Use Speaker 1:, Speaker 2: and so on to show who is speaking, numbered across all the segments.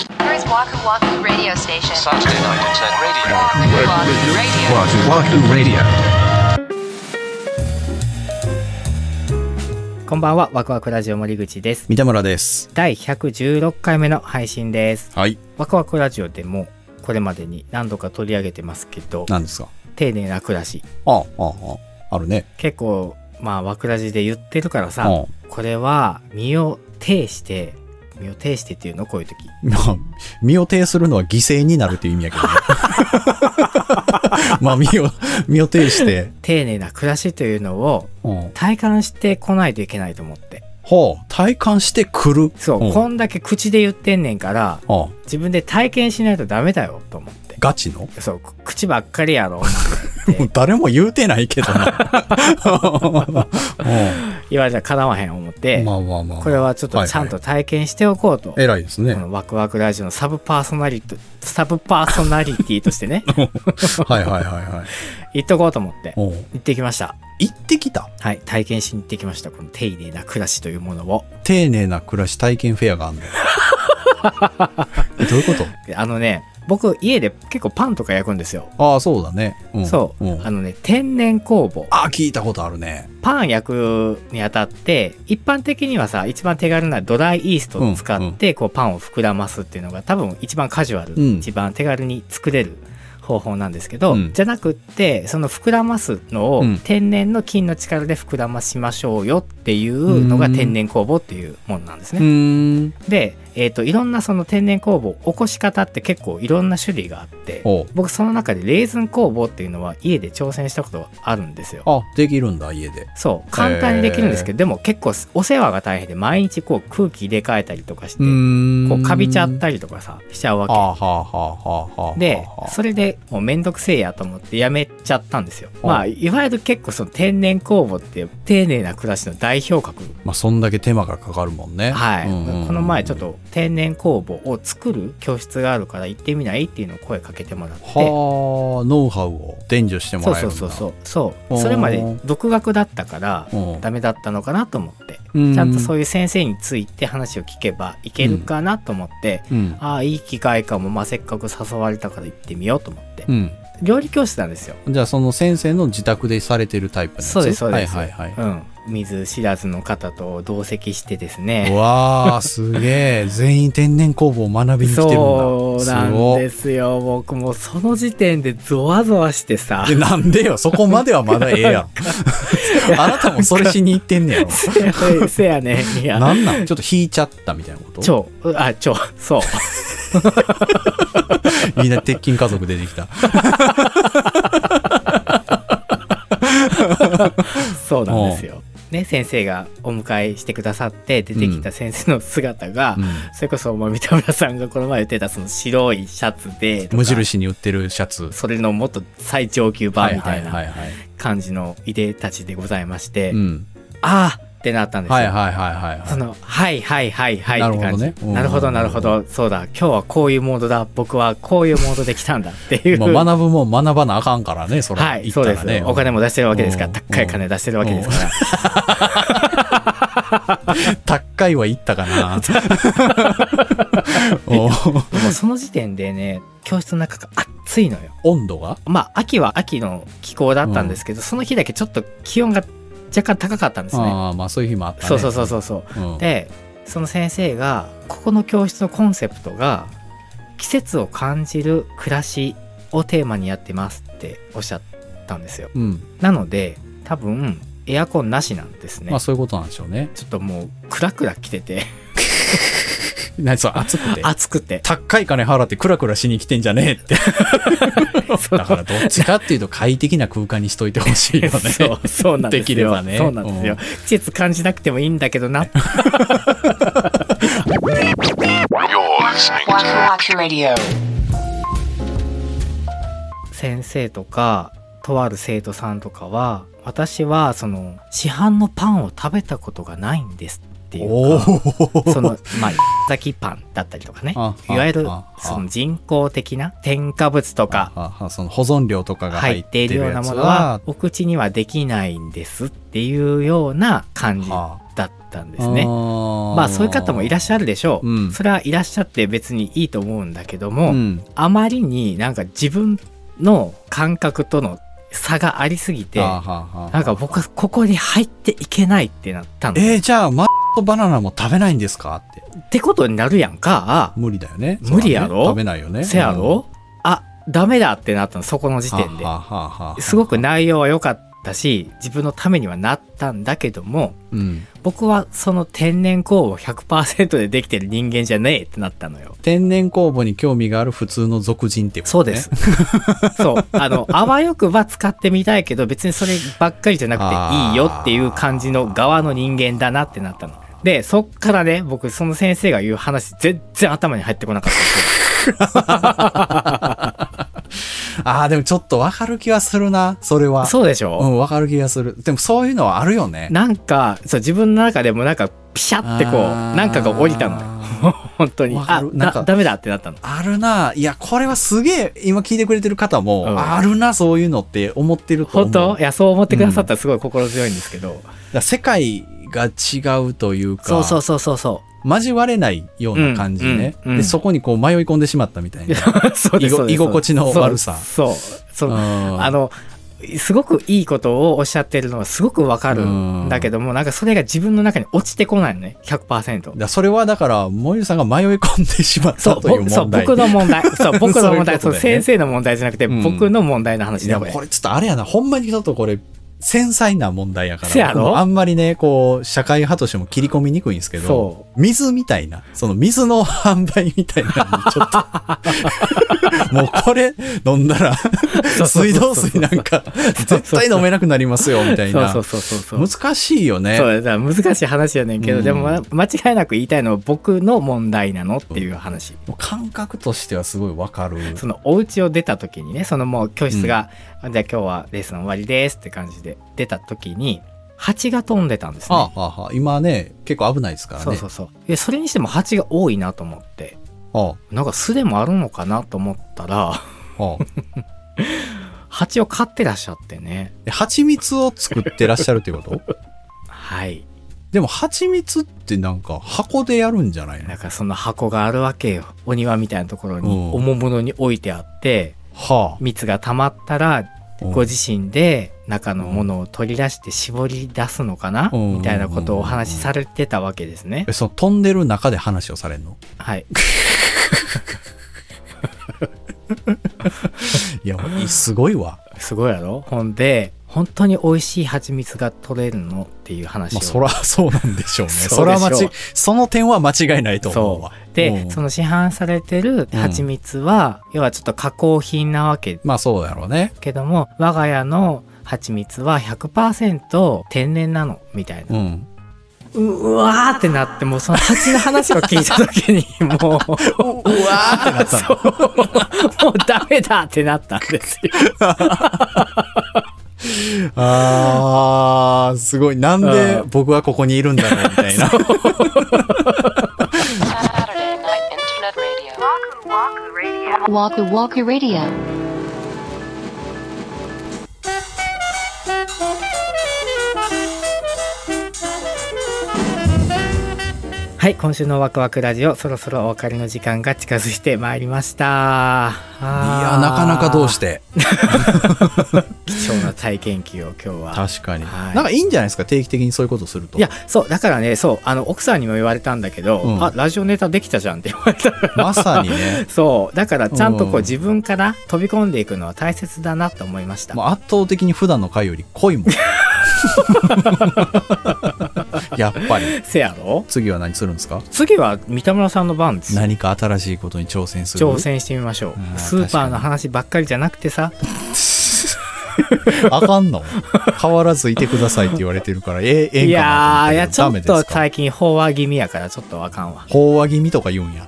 Speaker 1: Waku Waku Radio Station.
Speaker 2: Saturday night at 10 radio.
Speaker 1: Waku Waku Radio.
Speaker 3: Wahoo Wahoo Radio.
Speaker 4: こんばんは、ワクワクラジオ森口です。
Speaker 5: 三田村です。
Speaker 4: 第116回目の配信です。
Speaker 5: はい。
Speaker 4: ワクワクラジオでも、これまでに何度か取り上げてますけど、
Speaker 5: 何ですか
Speaker 4: 丁寧な暮らし。
Speaker 5: ああ、ああ、ああるね。
Speaker 4: 結構、まあ、ワクラジで言ってるからさ、
Speaker 5: ああ。
Speaker 4: これは、身を挺して、身を挺してっていうのこういう時。
Speaker 5: まあ、身を挺するのは犠牲になるっていう意味やけどね。 まあ、身を、身を挺して。
Speaker 4: 丁寧な暮らしというのを
Speaker 5: うん。
Speaker 4: 体感してこないといけないと思って。
Speaker 5: ほう、体感してくる。
Speaker 4: そう、
Speaker 5: ん
Speaker 4: こんだけ口で言ってんねんから、
Speaker 5: ああ
Speaker 4: 自分で体験しないとダメだよ、と思って。
Speaker 5: ガチの
Speaker 4: そう、口ばっかりやろ。
Speaker 5: 誰も言うてないけど な。
Speaker 4: 言われたらかなわへん思っ
Speaker 5: う
Speaker 4: て、
Speaker 5: んまあまあまあ。
Speaker 4: これはちょっとちゃんと体験しておこうと、
Speaker 5: 偉いですね。
Speaker 4: こ
Speaker 5: は
Speaker 4: のワクワクラジオのサブパーソナリティサブパーソナリティと してね
Speaker 5: いはいはいはい。
Speaker 4: 行っとこうと思って
Speaker 5: おう
Speaker 4: 行ってきました
Speaker 5: 行ってきた
Speaker 4: はい体験しに行ってきましたこの丁寧な暮らしというものを
Speaker 5: 丁寧な暮らし体験フェアがあ るの。えどういうこ
Speaker 4: であのね僕家で結構パンとか焼くんですよ、
Speaker 5: とああ、そうだね。ん
Speaker 4: そう、
Speaker 5: ん
Speaker 4: あのね天然工房
Speaker 5: ああ、聞いたことあるね。
Speaker 4: パン焼くにあたって一般的にはさ一番手軽なドライイーストを使ってこうパンを膨らますっていうのが多分一番カジュアル、
Speaker 5: うん
Speaker 4: 一番手軽に作れる方法なんですけど、
Speaker 5: うん
Speaker 4: じゃなくってその膨らますのを
Speaker 5: うん
Speaker 4: 天然の菌の力で膨らましましょうよっていうのが
Speaker 5: うん
Speaker 4: 天然酵母っていうものなんです
Speaker 5: う
Speaker 4: ね。
Speaker 5: ーん。
Speaker 4: で、えー、といろんなその天然酵母起こし方って結構いろんな種類があって
Speaker 5: おう
Speaker 4: 僕その中でレーズン酵母っていうのは家で挑戦したことがあるんですよ。
Speaker 5: あ、できるんだ、家で。
Speaker 4: そう簡単にできるんですけど、でも結構お世話が大変で毎日こう空気入れ替えたりとかして、
Speaker 5: ん
Speaker 4: こうカビちゃったりとかさしちゃう
Speaker 5: あ
Speaker 4: わ
Speaker 5: はあはあはあはあ。
Speaker 4: けで
Speaker 5: はあ
Speaker 4: それでもうめんどくせえやと思ってやめちゃったんですよ
Speaker 5: あ
Speaker 4: まあいわゆる結構その天然酵母って丁寧な暮らしの代表格
Speaker 5: まあ、そんだけ手間がかかるもんね。
Speaker 4: はい、
Speaker 5: うんうんうん
Speaker 4: この前ちょっ。と天然酵母を作る教室があるから行ってみないっていうのを声かけてもらって
Speaker 5: はあ、ノウハウを伝授しても
Speaker 4: そう
Speaker 5: ら
Speaker 4: そ
Speaker 5: える
Speaker 4: うん
Speaker 5: だ
Speaker 4: そうそうそ
Speaker 5: お
Speaker 4: う
Speaker 5: ー
Speaker 4: それまで独学だったから
Speaker 5: うん
Speaker 4: ダメだったのかなと思って
Speaker 5: うん
Speaker 4: ちゃんとそういう先生について話を聞けばいけるかなと思って、
Speaker 5: うん。
Speaker 4: ああいい機会かも、まあ、せっかく誘われたから行ってみようと思って、
Speaker 5: うん。
Speaker 4: 料理教室なんですよ、
Speaker 5: じゃあ、その先生の自宅でされてるタイプのやつ
Speaker 4: そうですそうです
Speaker 5: はいはいは
Speaker 4: うん、水知らずの方と同席してです
Speaker 5: い。う
Speaker 4: ね
Speaker 5: わあ、すげえ。全員天然工房を学びに来てるんだ。
Speaker 4: そうなんですすよ僕もうその時点でゾワゾワしてさ
Speaker 5: ごっ。いやなんでよ、そこまではまだええやろ。あなたもそれしに行ってんねや ろ。
Speaker 4: せやねいや
Speaker 5: なんなんちょっと引いちゃったみたいなこと
Speaker 4: 超あ超そう
Speaker 5: みんな鉄筋家族出て きた。
Speaker 4: そうなんですよ、ね、先生がお迎えしてくださって出てきた先生の姿が、
Speaker 5: うん
Speaker 4: それこそ、まあ、三田村さんがこの前言ってたその白いシャツでとか
Speaker 5: 無印に売ってるシャツ。
Speaker 4: それのもっと最上級版みたい
Speaker 5: は
Speaker 4: ない
Speaker 5: はいはいはい。
Speaker 4: 感じのいでたちでございまして、
Speaker 5: うん。
Speaker 4: ああってなったんですよ。
Speaker 5: はいはいはいはい
Speaker 4: そ
Speaker 5: は
Speaker 4: のはいはいはいはいって感じ
Speaker 5: なるほどねうん
Speaker 4: なるほどなるほどそうだ今日はこういうモードだ僕はこういうモードで来たんだってい
Speaker 5: い。
Speaker 4: う、
Speaker 5: まあ学ぶもん学ばなあかんからね、それ。
Speaker 4: はい
Speaker 5: 行
Speaker 4: そ
Speaker 5: っ
Speaker 4: う
Speaker 5: た
Speaker 4: で
Speaker 5: ら
Speaker 4: す、
Speaker 5: ね。
Speaker 4: お金も出してるわけですから
Speaker 5: うん
Speaker 4: 高い金出してるわけですから、
Speaker 5: 高いは行ったか な。お
Speaker 4: もうその時点でね教室の中が暑いのよ
Speaker 5: 温度が
Speaker 4: まあ秋は秋の気候だったんですけど、その日だけちょっと気温が若干高かったんですね
Speaker 5: ああ、まあそういう日もあったね。
Speaker 4: そうそうそうそうそう
Speaker 5: うん。
Speaker 4: でその先生がここの教室のコンセプトが季節を感じる暮らしをテーマにやってますっておっしゃったんですよ
Speaker 5: うん。
Speaker 4: なので多分エアコンなしなんですね、
Speaker 5: まあそういうことなんでしょうね。
Speaker 4: ちょっともうクラクラ来てて
Speaker 5: 何そう、暑くて。
Speaker 4: 暑く て
Speaker 5: 高い金払ってクラクラしに来てんじゃねえって。
Speaker 4: そう
Speaker 5: だからどっちかっていうと快適な空間にしといてほしいよね。
Speaker 4: そうそうなんですよ
Speaker 5: できればね
Speaker 4: そうなんですよ、
Speaker 5: うん
Speaker 4: 季節感じなくてもいいんだけどな
Speaker 2: You're listening
Speaker 1: Waku
Speaker 2: to
Speaker 1: Waku Radio.
Speaker 4: 先生とかとある生徒さんとかは私はその市販のパンを食べたことがないんですっていうか
Speaker 5: おお。
Speaker 4: その、まあ、先パンだったりとかね。
Speaker 5: あ
Speaker 4: いわゆる
Speaker 5: あ、あ
Speaker 4: その人工的な添加物とか
Speaker 5: ああその保存料とかが
Speaker 4: 入
Speaker 5: 入
Speaker 4: っ
Speaker 5: ってて
Speaker 4: いる
Speaker 5: る
Speaker 4: よう
Speaker 5: や
Speaker 4: な
Speaker 5: つ
Speaker 4: もの
Speaker 5: は
Speaker 4: は、お口にはできないんですっていうような感じだ
Speaker 5: は
Speaker 4: ったたんですね。まあそういう方もいらっしゃるでしょう、
Speaker 5: うん
Speaker 4: それはいらっしゃって別にいいと思うんだけども、
Speaker 5: うん
Speaker 4: あまりになんか自分の感覚との差がありすぎて
Speaker 5: あーはーはー
Speaker 4: なんか僕はここに入っていけないってなったの。っ
Speaker 5: えー、じゃあ、マッとバナナも食べないんですかって。
Speaker 4: てことになるやんか。
Speaker 5: 無理だよね。
Speaker 4: 無理やろ
Speaker 5: そうだね食べないよね。
Speaker 4: せやろ、あダメだってなったのそこの時
Speaker 5: うん
Speaker 4: 点で
Speaker 5: は。あはあはあはあ
Speaker 4: すごく内容は良かったし自分のためにはなったんだけども
Speaker 5: うん
Speaker 4: 僕はその天然酵母100%でできてる人間じゃねえってなったのよ。
Speaker 5: 天然酵母に興味がある普通の俗人ってこ
Speaker 4: そ
Speaker 5: とね。
Speaker 4: うです。 そう。あの、あわよくば使ってみたいけど、別にそればっかりじゃなくていいよっていう感じの側の人間だなってなったの。で、そっからね、僕、その先生が言う話、全然頭に入ってこなかったです
Speaker 5: ああ、でもちょっとわかる気はするな、それは。
Speaker 4: よ。そうでしょ、
Speaker 5: うん、わかる気がする。でもそういうのはあるよね。
Speaker 4: なんか、そう、自分の中でもなんか、ピシャってこう、
Speaker 5: あー
Speaker 4: なんかが降りたの よ。本当に。
Speaker 5: わか
Speaker 4: あ
Speaker 5: る、なんか
Speaker 4: だ、ダメだってなったの。
Speaker 5: あるな。いや、これはすげえ、今聞いてくれてる方も、
Speaker 4: うん
Speaker 5: あるな、そういうのって思ってると思う。
Speaker 4: 本当いや、そう思ってくださったらすごい心強いんですけど。
Speaker 5: だから世界が違うというか、
Speaker 4: そうそうそうそうそ
Speaker 5: 交われないような感じね。
Speaker 4: うんうん
Speaker 5: で、そこにこう迷い込んでしまったみたい な。
Speaker 4: う。そうです
Speaker 5: 居
Speaker 4: そうです
Speaker 5: 居心地の悪さ
Speaker 4: そう。そうそう。あ
Speaker 5: あ
Speaker 4: のすごくいいことをおっしゃってるのはすごくわかるんだけどもなんかそれが自分の中に落ちてこないのね100%。
Speaker 5: それはだから、森さんが迷い込んでしまっ
Speaker 4: そ
Speaker 5: た
Speaker 4: う
Speaker 5: という
Speaker 4: 僕
Speaker 5: 問題。
Speaker 4: そう僕の 問題そう僕の問題
Speaker 5: そ
Speaker 4: そう
Speaker 5: いうことだよ
Speaker 4: う
Speaker 5: ね
Speaker 4: 先生の問題じゃなくて
Speaker 5: うん
Speaker 4: 僕の問題の話
Speaker 5: い
Speaker 4: で
Speaker 5: や、
Speaker 4: これ
Speaker 5: これちょっとあれやな、ほんまにちょっとこれ、繊細な問題やから、
Speaker 4: せやろ
Speaker 5: 僕もあんまりね、こう、社会派としても切り込みにくいんですけど
Speaker 4: そ、
Speaker 5: 水みたいな、その水の販売みたいなのにちょっ と、もうこれ飲んだら、
Speaker 4: そうそうそう
Speaker 5: 水道水なんか、絶対飲めなくなりますよ、みたいな
Speaker 4: そう。そうそうそうそう
Speaker 5: 難しいよね。
Speaker 4: そうだから難しい話やねんけど、
Speaker 5: うん
Speaker 4: でもま間違いなく言いたいのは僕の問題なのっていう話。
Speaker 5: もう感覚としてはすごいわかる。
Speaker 4: そのお家を出た時にねそのもう教室が、あじゃあ今日はレッスン終わりですって感じで出た時に蜂が飛んでたんですね。
Speaker 5: ああ、ああ、今ね、結構危ないですからね。
Speaker 4: そうそうそうでそれにしても蜂が多いなと思って
Speaker 5: あ
Speaker 4: なんか巣でもあるのかなと思ったら
Speaker 5: あ、ああ。
Speaker 4: 蜂を飼ってらっしゃってね
Speaker 5: え蜂蜜を作ってらっしゃるってこと
Speaker 4: はい
Speaker 5: でも蜂蜜ってなんか箱でやるんじゃないの
Speaker 4: な
Speaker 5: は
Speaker 4: んかその箱があるわけよお庭みたいなところに
Speaker 5: うん
Speaker 4: おもむろに置いてあって
Speaker 5: あ。
Speaker 4: 蜜が溜まったら
Speaker 5: うん
Speaker 4: ご自身で中のものを取り出して絞り出すのかな
Speaker 5: うん
Speaker 4: みたいなことをお話しされてたわけですね
Speaker 5: え、その飛んでる中で話をされるの
Speaker 4: はい
Speaker 5: いや、いすごいわ。
Speaker 4: すごいやろほんで本当に美味しい蜂蜜が取れるのっていう話
Speaker 5: ま
Speaker 4: を
Speaker 5: あ、そら そうなんでしょうね。そ
Speaker 4: そうで
Speaker 5: ら
Speaker 4: しょう
Speaker 5: 間違い、その点は間違いないと思うわ。う
Speaker 4: で
Speaker 5: ん
Speaker 4: その市販されてる蜂蜜は、要はちょっと加工品なわけだ
Speaker 5: まあそうだろうね。
Speaker 4: けども我が家の蜂蜜は100%天然なのみたいな、
Speaker 5: うん。
Speaker 4: ううわーってなってもうその蜂の話を聞いた時にもう
Speaker 5: うわーってなったの。
Speaker 4: もうダメだってなったんですよ
Speaker 5: あー、すごい。なんで僕はここにいるんだろうみた いな。
Speaker 1: Saturday night internet radio. Waku Waku Radio. Waku Waku Radio.
Speaker 4: はい今週のワクワクラジオそろそろお別れの時間が近づいてまいりました
Speaker 5: いや、なかなかどうしてて。
Speaker 4: 貴重な体験記を今日は
Speaker 5: 確かに。
Speaker 4: はい
Speaker 5: なんかいいんじゃないですか定期的にそういうことすると。
Speaker 4: いや、そう、だからね、そう、あの、奥さんにも言われたんだけど、
Speaker 5: うん
Speaker 4: あ、ラジオネタできたじゃんって言われた。。
Speaker 5: まさにね
Speaker 4: そう、だからちゃんとこ
Speaker 5: うん
Speaker 4: う自分から飛び込んでいくのは大切だなと思いました。
Speaker 5: もう圧倒的に普段の回より 濃いもん。やっぱり。
Speaker 4: せやろ
Speaker 5: 次は何するんですか
Speaker 4: 次は三田村さんの番です。
Speaker 5: 何か新しいことに挑戦する。
Speaker 4: 挑戦してみましょ
Speaker 5: あー
Speaker 4: う。スーパーの話ばっかりじゃなくてさ、
Speaker 5: あかんの変わらずいてくださいって言われてるから、ええ、ええ
Speaker 4: い
Speaker 5: んかな
Speaker 4: やー、いや、ちょ
Speaker 5: 思
Speaker 4: っ
Speaker 5: ったけどダ
Speaker 4: と
Speaker 5: メですか
Speaker 4: 最近飽和気味やからちょっとあかんわ。
Speaker 5: 飽和気味とか言う んや。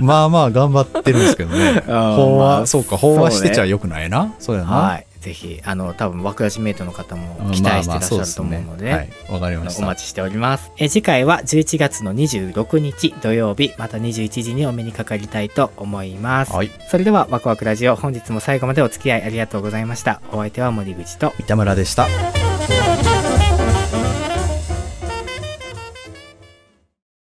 Speaker 5: まあまあ頑張ってるんですけどね。飽和、
Speaker 4: まあ
Speaker 5: そうか、飽和してちゃよくないな。そうやな。
Speaker 4: はい。ぜひ、あの、多分、ワクラジメイトの方も期待してらっしゃると思うので、
Speaker 5: まあまあそうすねはい、わかりまし
Speaker 4: お
Speaker 5: た。
Speaker 4: 待ちしておりますえ次回は11月の26日土曜日また21時にお目にかかりたいと思います、
Speaker 5: はい
Speaker 4: それではワクワクラジオ本日も最後までお付き合いありがとうございましたお相手は森口と
Speaker 5: 三田村でした。